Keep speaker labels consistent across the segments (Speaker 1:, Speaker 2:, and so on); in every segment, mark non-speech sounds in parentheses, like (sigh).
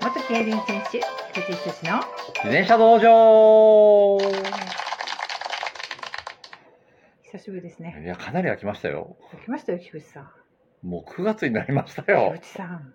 Speaker 1: 元競輪選手藤井俊の
Speaker 2: 自転車道場
Speaker 1: 久しぶりですね
Speaker 2: いや、かなり飽きましたよ。
Speaker 1: 来ましたよ菊池さん
Speaker 2: もう9月になりましたよ
Speaker 1: 菊。池さん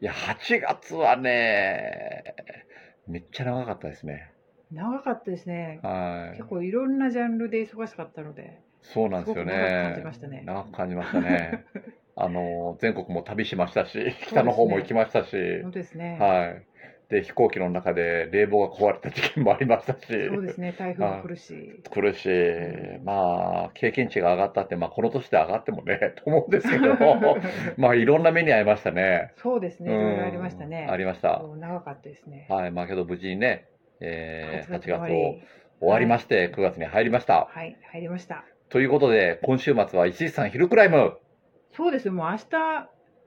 Speaker 2: いや、8月はね、めっちゃ長かったですね。
Speaker 1: 長かったですね
Speaker 2: は
Speaker 1: 結
Speaker 2: い。
Speaker 1: 構いろんなジャンルで忙しかったので
Speaker 2: そうなんです
Speaker 1: すご
Speaker 2: よ
Speaker 1: く長く感じましたね
Speaker 2: ね。長く感じまし
Speaker 1: (laughs)
Speaker 2: たね。あの、全国も旅しましたし、北の方も行きましたし、
Speaker 1: 本当ですね、
Speaker 2: はい。で、飛行機の中で冷房が壊れた事件もありましたし、
Speaker 1: そうですね台風も来るし、
Speaker 2: 来るし、まあ、経験値が上がったって、まあ、この年で上がってもね、と思うんです
Speaker 1: (laughs)
Speaker 2: けども、まあ、い (laughs) ろんな目に遭いましたね。
Speaker 1: そうですねいろいろありましたね
Speaker 2: うんありました。
Speaker 1: そう長かったですね
Speaker 2: はい、まあ、けど無事にね、えー8月
Speaker 1: 終わり
Speaker 2: を終わりまして、9月に入りました。
Speaker 1: はい入りました
Speaker 2: ということで、今週末は石井さんヒルクライム、
Speaker 1: そうですもう明日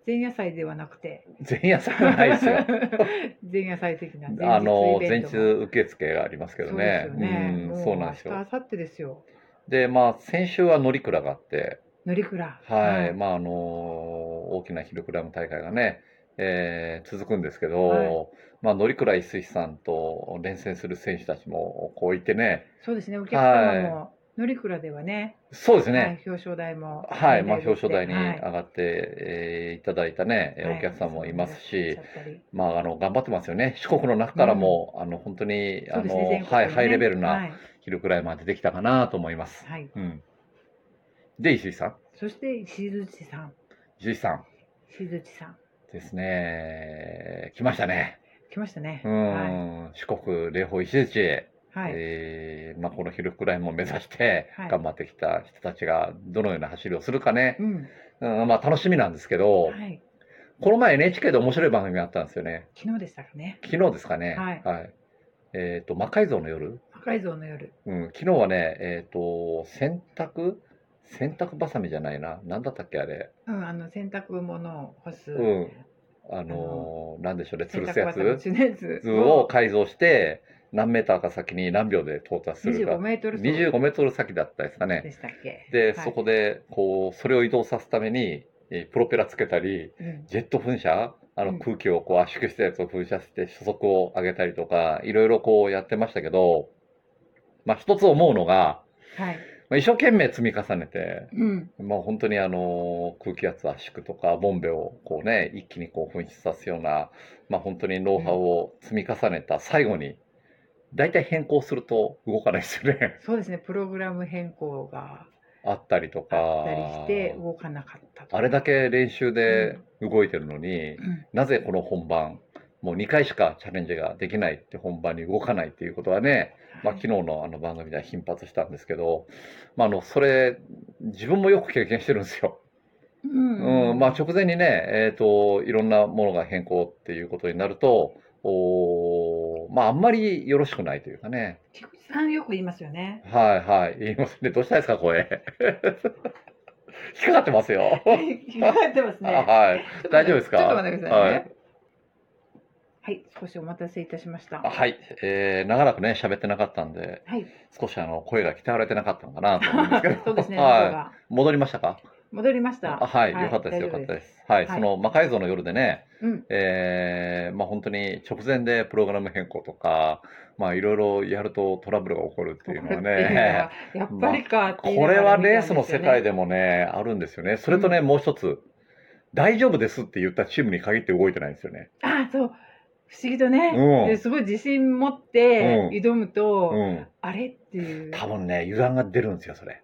Speaker 1: 前夜祭ではなくて
Speaker 2: 前夜祭はないですよ。
Speaker 1: (laughs) 前夜祭的な
Speaker 2: あの、
Speaker 1: イベ
Speaker 2: 前
Speaker 1: ント
Speaker 2: 日
Speaker 1: も
Speaker 2: 受付がありますけど
Speaker 1: そうです
Speaker 2: ね
Speaker 1: よ。ね、
Speaker 2: う
Speaker 1: も
Speaker 2: ん、そうなんです
Speaker 1: 明
Speaker 2: よ。
Speaker 1: 日明後日ですよ
Speaker 2: で、まあ、先週は乗り倉があって、
Speaker 1: 乗りくら
Speaker 2: はい、まああのー大きなヒルクライム大会がね、えー続くんですけど、
Speaker 1: はい
Speaker 2: まあ乗鞍一石さんと連戦する選手たちもこういてね、
Speaker 1: そうですね、お客様も、乗りくらではね、
Speaker 2: そうです
Speaker 1: はい
Speaker 2: ね、
Speaker 1: 表彰台も、
Speaker 2: はい、まあ
Speaker 1: みん
Speaker 2: 表
Speaker 1: なで
Speaker 2: 彰台に
Speaker 1: はい
Speaker 2: 上がって、えーいただいたね、えー
Speaker 1: はい
Speaker 2: お客さんもいますし
Speaker 1: そう、ですね
Speaker 2: まああの頑張ってますよね。四 (laughs) 国の中からも、あの本当にあ
Speaker 1: 全
Speaker 2: の、
Speaker 1: 国のね
Speaker 2: はいハイレベル
Speaker 1: は
Speaker 2: ないヒルクライマー出てきたかなと思います。
Speaker 1: はい
Speaker 2: うん。で石井さん、
Speaker 1: そして石槌さん、
Speaker 2: 石井さん
Speaker 1: 石槌さん、
Speaker 2: ですね、来ましたね。
Speaker 1: 来ましたね。
Speaker 2: う
Speaker 1: は
Speaker 2: ん、四国霊峰石槌、
Speaker 1: い、はい、
Speaker 2: えーまあ、このヒルクライムを目指して
Speaker 1: はい
Speaker 2: 頑張ってきた人たちがどのような走りをするかね
Speaker 1: う、ん、
Speaker 2: うんまあ、楽しみなんですけど、
Speaker 1: はい、
Speaker 2: この前 NHK で面白い番組があったんですよね
Speaker 1: 昨日でしたかね、
Speaker 2: 昨日ですかね
Speaker 1: はい
Speaker 2: えっ、と「魔改造の夜
Speaker 1: 魔改造の夜、」
Speaker 2: うん、昨日はねえっ、と洗濯洗濯ばさみじゃないな何だったっけあれ
Speaker 1: うん、あの洗濯物を干す、
Speaker 2: うんあのーなんでしょうね
Speaker 1: 洗
Speaker 2: 吊る
Speaker 1: 濯
Speaker 2: すや
Speaker 1: バサミ
Speaker 2: つ
Speaker 1: つるやつ
Speaker 2: 図を改造して何メーターか先に何秒で到達するか
Speaker 1: 25メートル走
Speaker 2: 25メートル先だったですかね。
Speaker 1: でしたっけ？
Speaker 2: で、
Speaker 1: はい
Speaker 2: そこでこうそれを移動させるために、えープロペラつけたり
Speaker 1: うん、
Speaker 2: ジェット噴射あ
Speaker 1: う
Speaker 2: の
Speaker 1: ん
Speaker 2: 空気をこう圧縮したやつを噴射して初速を上げたりとかいろいろこうやってましたけど、まあ、一つ思うのが、
Speaker 1: はい、
Speaker 2: まあ、一生懸命積み重ねて、
Speaker 1: うん、
Speaker 2: まあ、本当にあの空気圧圧縮とかボンベをこう、ね、一気にこう噴出させるような、まあ、本当にノウハウを積み重ねた最後に大体変更すると動かないですよね。
Speaker 1: そうですね、プログラム変更が
Speaker 2: (laughs) あったりとか
Speaker 1: あったりして動かなかったと
Speaker 2: あれだけ練習で動いてるのに、
Speaker 1: うん
Speaker 2: なぜこの本番もう2回しかチャレンジができないって本番に動かないっていうことはね、まあ、昨日のあの番組では頻発したんですけど、まあ、あのそれ自分もよく経験してるんですよ。
Speaker 1: うん
Speaker 2: うんまあ、直前にね、えー、といろんなものが変更っていうことになるとおーまああんまりよろしくないというかね
Speaker 1: 菊池さんよく言いますよ
Speaker 2: (laughs)
Speaker 1: ね。
Speaker 2: はいはい言いますねどうしたんですか声 (laughs) 引っかかってますよ。
Speaker 1: 聞かれてます
Speaker 2: あ
Speaker 1: ね。
Speaker 2: はい
Speaker 1: ちょっと
Speaker 2: 大丈夫ですか
Speaker 1: ちょっと待ってください
Speaker 2: は
Speaker 1: ね。はい、少しお待たせいたしました。
Speaker 2: あはい、えー長らくね喋ってなかったんで
Speaker 1: はい、
Speaker 2: 少しあの声が鍛えられてなかったのかなと思うんですけ (laughs) ど
Speaker 1: そうですね。喉
Speaker 2: は
Speaker 1: が
Speaker 2: い、戻りましたか
Speaker 1: 戻りました。
Speaker 2: あはい、よかったですよかっ
Speaker 1: す。
Speaker 2: たですはい、
Speaker 1: はい
Speaker 2: その「魔改造の夜」でね、
Speaker 1: うん
Speaker 2: えーまあ本当に直前でプログラム変更とかまあいろいろやるとトラブルが起こるっていうのはね
Speaker 1: やっぱりかって
Speaker 2: こ
Speaker 1: 言いなが
Speaker 2: れ
Speaker 1: ら
Speaker 2: は
Speaker 1: 見た
Speaker 2: レ
Speaker 1: ん
Speaker 2: ー
Speaker 1: す
Speaker 2: ス
Speaker 1: よね
Speaker 2: の世界でもねあるんですよねそれとね、もう一つ大丈夫ですって言ったチームに限って動いてないんですよね。
Speaker 1: あそう不思議とね、
Speaker 2: うん
Speaker 1: ですごい自信持って
Speaker 2: うん
Speaker 1: 挑むと、
Speaker 2: うん、
Speaker 1: あれっていう
Speaker 2: 多分ね油断が出るんですよそれ。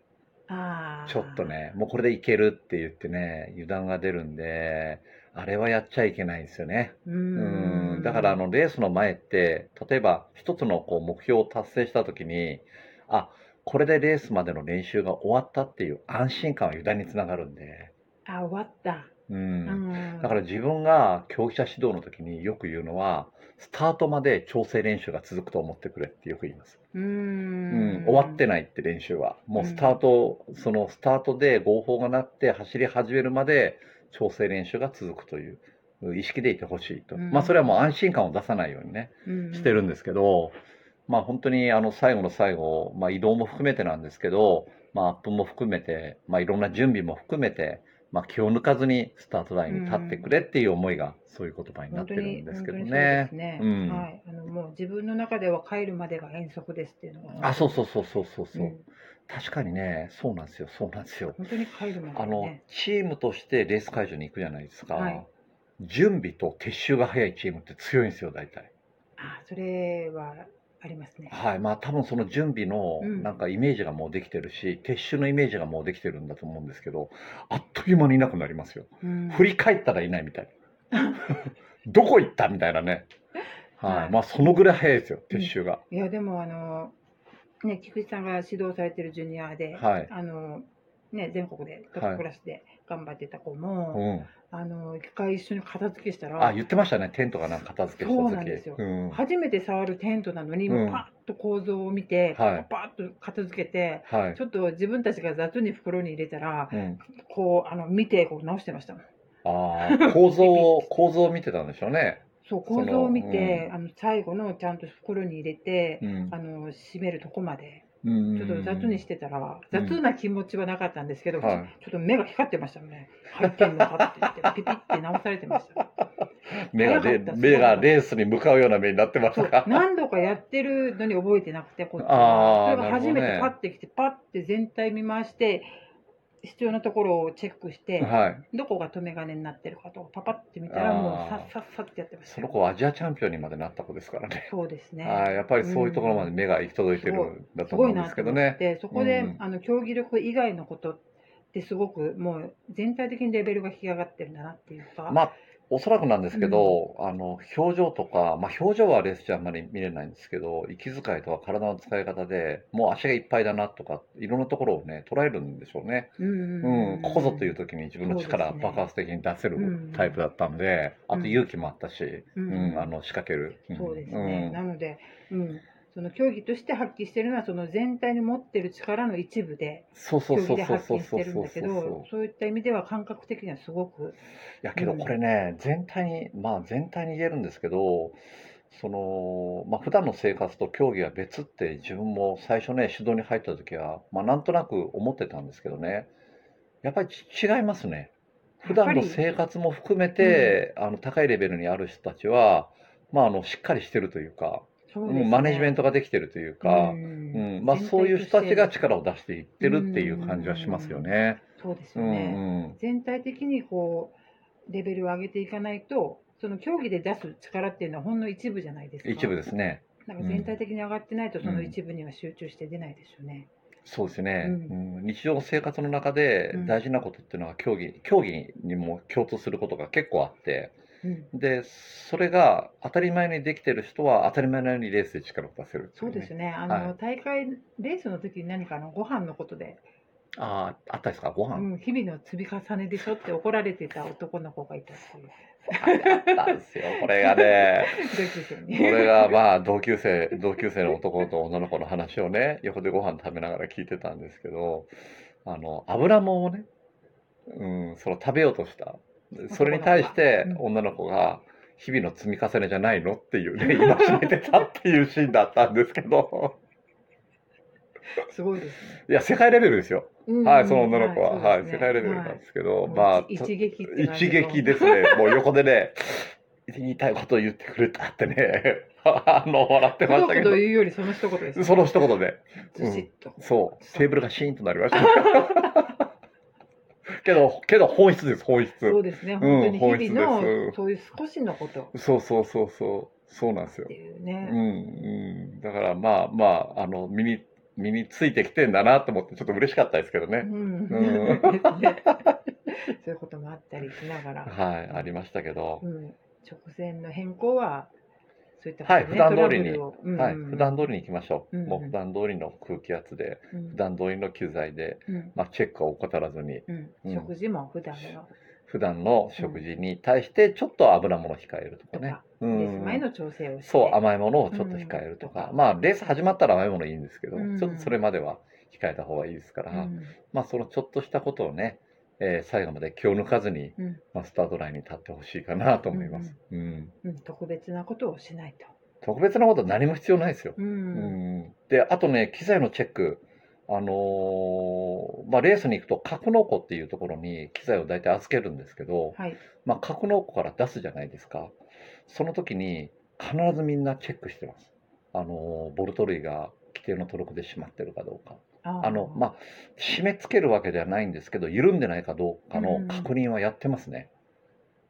Speaker 1: あー
Speaker 2: ちょっとね、もうこれでいけるって言ってね、油断が出るんで、あれはやっちゃいけないんですよね。
Speaker 1: う
Speaker 2: うんん。だから、あの、レースの前って、例えば、一つのこう目標を達成したときに、あ、これでレースまでの練習が終わったっていう安心感は油断につながるんで。
Speaker 1: あ終わった、
Speaker 2: う。
Speaker 1: うんん
Speaker 2: だから自分が競技者指導の時によく言うのは、スタートまで調整練習が続くと思ってくれってよく言います。
Speaker 1: う
Speaker 2: うん
Speaker 1: ん、
Speaker 2: 終わってないって練習はもうスタート、そのスタートで合法がなって走り始めるまで調整練習が続くという意識でいてほしいと、
Speaker 1: うん
Speaker 2: まあそれはもう安心感を出さないようにね
Speaker 1: うん
Speaker 2: してるんですけど、まあ本当にあの最後の最後、まあ、移動も含めてなんですけど、まあ、アップも含めて、まあ、いろんな準備も含めてまあ、気を抜かずにスタートラインに立ってくれっていう思いがそういう言葉にな
Speaker 1: 本
Speaker 2: って
Speaker 1: 当
Speaker 2: るん
Speaker 1: に
Speaker 2: ですけど
Speaker 1: 本当にそうで
Speaker 2: ね
Speaker 1: す。ね、
Speaker 2: うん
Speaker 1: はい、あのもう自分の中では帰るまでが遠足ですっていうのが
Speaker 2: あそうそうそうそうそうそう、
Speaker 1: うん
Speaker 2: 確かにねそうなんですよそうなんですよ。
Speaker 1: 本当に帰るまで
Speaker 2: あ
Speaker 1: が
Speaker 2: の
Speaker 1: ね
Speaker 2: チームとしてレース会場に行くじゃないですか、
Speaker 1: はい
Speaker 2: 準備と撤収が早いチームって強いんですよ大体
Speaker 1: あそれはありますね
Speaker 2: はいまあ多分その準備の
Speaker 1: うん
Speaker 2: なんかイメージがもうできてるし、撤収のイメージがもうできてるんだと思うんですけどあっという間にいなくなりますよ
Speaker 1: うん
Speaker 2: 振り返ったらいないみたい (laughs) などこ行ったみたいなねはい、
Speaker 1: はい
Speaker 2: まあそのぐらい早いですよ撤収が、
Speaker 1: いやでもあのね菊池さんが指導されてるジュニアで、
Speaker 2: はい
Speaker 1: あのね全国でトップクラスで頑張ってた子
Speaker 2: う
Speaker 1: も、
Speaker 2: ん
Speaker 1: あの一回一緒に片付けしたら
Speaker 2: あ言ってましたねテントがなんか片付けした時
Speaker 1: そうなんですよ
Speaker 2: うんはい
Speaker 1: 初めて触るテントなのに、
Speaker 2: う
Speaker 1: も
Speaker 2: ん
Speaker 1: うパッと構造を見て、
Speaker 2: はい
Speaker 1: パッと片付けてちょっと自分たちが雑に袋に入れたら
Speaker 2: うん、
Speaker 1: こうあの見てこう直してましたもん
Speaker 2: あ
Speaker 1: (laughs)
Speaker 2: あ構造を構造を見てたんでしょうね、
Speaker 1: そう
Speaker 2: そ
Speaker 1: 構
Speaker 2: の
Speaker 1: 造を見て、あの最後のちゃんと袋に入れて、
Speaker 2: うん
Speaker 1: あの締めるとこまで
Speaker 2: ち
Speaker 1: ちょっと雑にしてたら、雑な気持ちはなかったんですけど、
Speaker 2: は
Speaker 1: ちょっと目が光ってましたね。入ってんのかって言って、ピピって直されてました。
Speaker 2: 目がレ
Speaker 1: 早かった
Speaker 2: 目がレースに向かうような目になってまし
Speaker 1: そ
Speaker 2: た
Speaker 1: う
Speaker 2: (laughs) か。
Speaker 1: 何度かやってるのに覚えてなくて、こっちは。
Speaker 2: あー
Speaker 1: それが初め
Speaker 2: な
Speaker 1: て
Speaker 2: るほ
Speaker 1: パ
Speaker 2: どね
Speaker 1: ッてきて、パッて全体見回して、必要なところをチェックして、
Speaker 2: はい、
Speaker 1: どこが留め金になってるかとか、パパって見たら、もうさ
Speaker 2: あー
Speaker 1: っさっさってやってました。
Speaker 2: その子はアジアチャンピオンにまでなった子ですからね。
Speaker 1: そうですね。
Speaker 2: はい、やっぱりそういうところまで目が行き届いてるんだ
Speaker 1: す
Speaker 2: と
Speaker 1: ご
Speaker 2: 思う
Speaker 1: い
Speaker 2: んで
Speaker 1: なと
Speaker 2: すけ
Speaker 1: 思
Speaker 2: ど
Speaker 1: っ
Speaker 2: ね。
Speaker 1: て、そこで、
Speaker 2: うん
Speaker 1: あの競技力以外のことってすごくもう全体的にレベルが引き上がってるんだなっていうか、
Speaker 2: まあおそらくなんですけど、あの表情とか、まあ、表情はレースじゃあんまり見れないんですけど息遣いとか体の使い方でもう足がいっぱいだなとかいろんなところをね捉えるんでしょうね。
Speaker 1: うんうん
Speaker 2: うん、ここぞという時に自分の
Speaker 1: そ
Speaker 2: 力
Speaker 1: うですね
Speaker 2: 爆発的に出せ
Speaker 1: うん
Speaker 2: るタイプだったんで、
Speaker 1: うん
Speaker 2: あと勇気もあったし、
Speaker 1: う
Speaker 2: うんんあの仕掛ける、ん
Speaker 1: そうですね、なので、うん、その競技として発揮してるのはその全体に持ってる力の一部で
Speaker 2: そうそ
Speaker 1: 競
Speaker 2: うそ
Speaker 1: 技
Speaker 2: う
Speaker 1: で
Speaker 2: そう
Speaker 1: 発
Speaker 2: そう
Speaker 1: 揮し
Speaker 2: そう
Speaker 1: てるん
Speaker 2: そ
Speaker 1: だ
Speaker 2: う
Speaker 1: けどそういった意味では感覚的にはすごく、
Speaker 2: いやけどこれね、全体にまあ全体に言えるんですけどそのまあ普段の生活と競技は別って自分も最初ね指導に入った時はまあなんとなく思ってたんですけどねやっぱり違いますね普段の生活も含めて、あの高いレベルにある人たちはまああのしっかりしてるというか
Speaker 1: そう
Speaker 2: うんマネジメン
Speaker 1: ト
Speaker 2: トができてるというか、うんまあ、そういう人たちが力を出していってるっていう感じはしますよね。
Speaker 1: そうです
Speaker 2: う
Speaker 1: よ
Speaker 2: ん
Speaker 1: ね、
Speaker 2: うん
Speaker 1: 全体的にこうレベルを上げていかないとその競技で出す力っていうのはほんの一部じゃないですか
Speaker 2: 一部ですね。
Speaker 1: なんか全体的に上がってないと、
Speaker 2: うん
Speaker 1: その一部には集中して出ないですよね、
Speaker 2: そうですね、
Speaker 1: う
Speaker 2: うん日常生活の中で
Speaker 1: うん
Speaker 2: 大事なことっていうのは競技、競技にも共通することが結構あって、
Speaker 1: うん
Speaker 2: で、それが当たり前にできてる人は当たり前のようにレースで力を出せるってい
Speaker 1: そう
Speaker 2: ね
Speaker 1: です。ねあの、
Speaker 2: は
Speaker 1: 大会レースの時に何かのご飯のことで、
Speaker 2: ああ、あったですかご
Speaker 1: う
Speaker 2: 飯、
Speaker 1: ん、日々の積み重ねでしょって怒られてた男の子がいたっていう
Speaker 2: あったんですよ。これ
Speaker 1: (laughs)
Speaker 2: がね。
Speaker 1: 同級生に
Speaker 2: 俺がまあ同級生 (laughs) 同級生の男と女の子の話をね横でご飯食べながら聞いてたんですけどあの油もんをね、うん、その食べようとしたそれに対して女の子が「日々の積み重ねじゃないの?」っていうね (laughs) 今しめてたっていうシーンだったんですけど
Speaker 1: すごいですね、
Speaker 2: いや世界レベルですよ、
Speaker 1: うん
Speaker 2: はいその女の子は、は
Speaker 1: そ
Speaker 2: い
Speaker 1: うですね
Speaker 2: 世界レベルなんですけど、
Speaker 1: はい
Speaker 2: まあ
Speaker 1: もう一一撃って感じ
Speaker 2: 一
Speaker 1: の
Speaker 2: 撃で
Speaker 1: (laughs)
Speaker 2: すね、もう横でね、言いたいことを言ってくれたってね、 (laughs) あの笑って
Speaker 1: そ
Speaker 2: ま
Speaker 1: の
Speaker 2: したけ
Speaker 1: こと
Speaker 2: ど
Speaker 1: を、言うよりその一言ですね
Speaker 2: (laughs) その一言で、
Speaker 1: ずしっと、
Speaker 2: そう、テーブルがシーンとなりました。 (laughs) けど、けど本質です、本質。
Speaker 1: そうですね本当に日々の、
Speaker 2: 本質です
Speaker 1: そういう少しのこと
Speaker 2: そうそうそうそう、そうなんですよ
Speaker 1: って。いう
Speaker 2: う
Speaker 1: ね、
Speaker 2: ん、うん、だから、まあ、まあ、あの、身に、身についてきてんだなと思って、ちょっと嬉しかったですけどね。
Speaker 1: うん
Speaker 2: うん
Speaker 1: ですねそういうこともあったりしながら、
Speaker 2: はい、ありましたけど
Speaker 1: う。ん、直前の変更はそういった
Speaker 2: はい普段通りには、
Speaker 1: はい
Speaker 2: 普段通りに行きましょう。
Speaker 1: うんうん
Speaker 2: もう普段通りの空気圧で、普段通りの機材で、
Speaker 1: うん
Speaker 2: まあ、チェックは怠らずに、
Speaker 1: うん
Speaker 2: うん
Speaker 1: 食事も普段の
Speaker 2: 普段の食事に対してちょっと油物を控えるとか
Speaker 1: と
Speaker 2: ね
Speaker 1: か、。
Speaker 2: う
Speaker 1: レー
Speaker 2: ん
Speaker 1: ス前の調整をして
Speaker 2: そう、甘いものをちょっと控えるとか、
Speaker 1: うん
Speaker 2: まあ、レース始まったら甘いものいいんですけど、
Speaker 1: うん
Speaker 2: ちょっとそれまでは控えた方がいいですから、
Speaker 1: うん
Speaker 2: まあ、そのちょっとしたことをね、えー最後まで気を抜かずに、
Speaker 1: うん
Speaker 2: まあ、スタートラインに立ってほしいかなと思います。うん
Speaker 1: うん、特別なことをしないと、
Speaker 2: 特別なこと何も必要ないですよ。
Speaker 1: うん
Speaker 2: うんで、あとね、機材のチェック、あのーまあ、レースに行くと格納庫っていうところに機材を大体預けるんですけど、
Speaker 1: はい。
Speaker 2: まあ、格納庫から出すじゃないですかその時に必ずみんなチェックしてます、あのーボルト類が規定の登録で閉まってるかどうか
Speaker 1: あー
Speaker 2: あの、まあ、締め付けるわけではないんですけど緩んでないかどうか
Speaker 1: うん
Speaker 2: の確認はやってますね、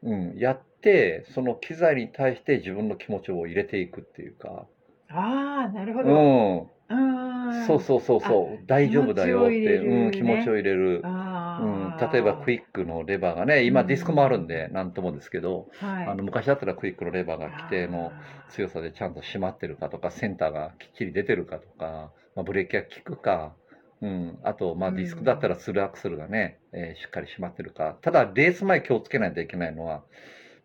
Speaker 2: うん、やってその機材に対して自分の気持ちを入れていくっていうか、
Speaker 1: あー、なるほ
Speaker 2: う
Speaker 1: ど。
Speaker 2: ん、
Speaker 1: うん
Speaker 2: そうそうそうそう大丈夫だよってうん、
Speaker 1: 気
Speaker 2: 気
Speaker 1: 持
Speaker 2: 持
Speaker 1: ち
Speaker 2: ち
Speaker 1: を
Speaker 2: を入れる、うん
Speaker 1: あ、ー
Speaker 2: 例えばクイックのレバーがね今
Speaker 1: うん
Speaker 2: ディスクもあるんで何ともですけど、
Speaker 1: はい、
Speaker 2: あの昔だったらクイックのレバーが規定の強さでちゃんと締まってるかとかセンターがきっちり出てるかとか、まあ、ブレーキが効くか、うん、あとまあ
Speaker 1: うん
Speaker 2: ディスクだったらスルーアクセルがね、えーしっかり締まってるかただレース前気をつけないといけないのは、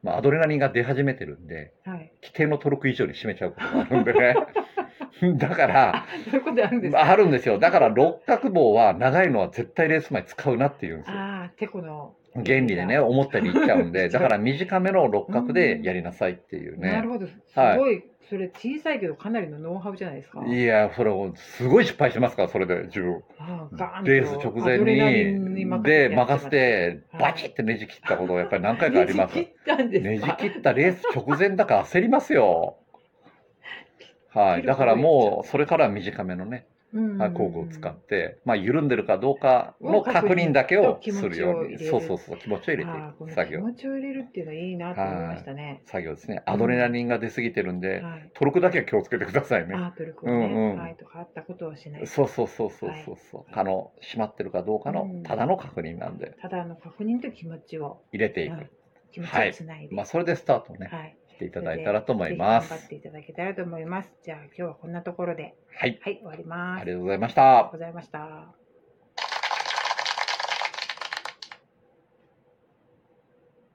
Speaker 2: まあ、アドレナリンが出始めてるんで
Speaker 1: あーはい、 (laughs)
Speaker 2: 規定のトルク以上に締めちゃうことがあるん
Speaker 1: (laughs)
Speaker 2: でねだから
Speaker 1: そういうことあるんですか、
Speaker 2: あるんですよ。だから六角棒は長いのは絶対レース前使うなっていうんですよ。
Speaker 1: ああー、てこの、
Speaker 2: 原理でね、思ったよりいっちゃう
Speaker 1: (laughs)
Speaker 2: んで、だから短めの六角でやりなさいっていう
Speaker 1: な
Speaker 2: ね
Speaker 1: る。ほど、す
Speaker 2: はい
Speaker 1: ごい、それ小さいけどかなりのノウハウじゃないですか。
Speaker 2: いや、それをすごい失敗してますから、それで自分。
Speaker 1: あーガーンと
Speaker 2: レース直前
Speaker 1: アドレナリン
Speaker 2: に、
Speaker 1: 任
Speaker 2: で、
Speaker 1: せてやっ
Speaker 2: 任せて、バチってねじ切ったことがやっぱり何回かあります。
Speaker 1: ねじ切ったんですか
Speaker 2: ねじ切ったレース直前だから焦ります
Speaker 1: (laughs)
Speaker 2: よ。はい。だからもう、それからは短めのね、
Speaker 1: うん
Speaker 2: はい工具を使って、まあ、緩んでるかどうかの確認だけをするよう
Speaker 1: 気持ちを入れる
Speaker 2: に、そうそうそう、気持ちを入れて
Speaker 1: あーこの
Speaker 2: いく作
Speaker 1: 気
Speaker 2: 業、
Speaker 1: 持ちを入れるっていうのはいいなと思いましたね。
Speaker 2: 作業ですね。アドレナリンが出過ぎてるんで、
Speaker 1: はい、
Speaker 2: トルクだけは気をつけてくださいね。
Speaker 1: アートルクをね、
Speaker 2: うんうん
Speaker 1: はい、とかあったことをしない。
Speaker 2: そうそうそうそうそうそう、あの、閉まってるかどうか
Speaker 1: うん
Speaker 2: の、ただの確認なんで、
Speaker 1: ただあの確認と気持ちを、
Speaker 2: 入れてい
Speaker 1: うん
Speaker 2: く。
Speaker 1: 気持ちをつないで、
Speaker 2: まあ、それでスタートをね、
Speaker 1: はい、
Speaker 2: していただいたらと思います。
Speaker 1: ぜひ頑張っていただけたらと思います。じゃあ今日はこんなところで、
Speaker 2: はい。
Speaker 1: はい、終わり
Speaker 2: あ
Speaker 1: ます。あり
Speaker 2: り
Speaker 1: が
Speaker 2: がとうございまし
Speaker 1: とう
Speaker 2: た。
Speaker 1: ございました。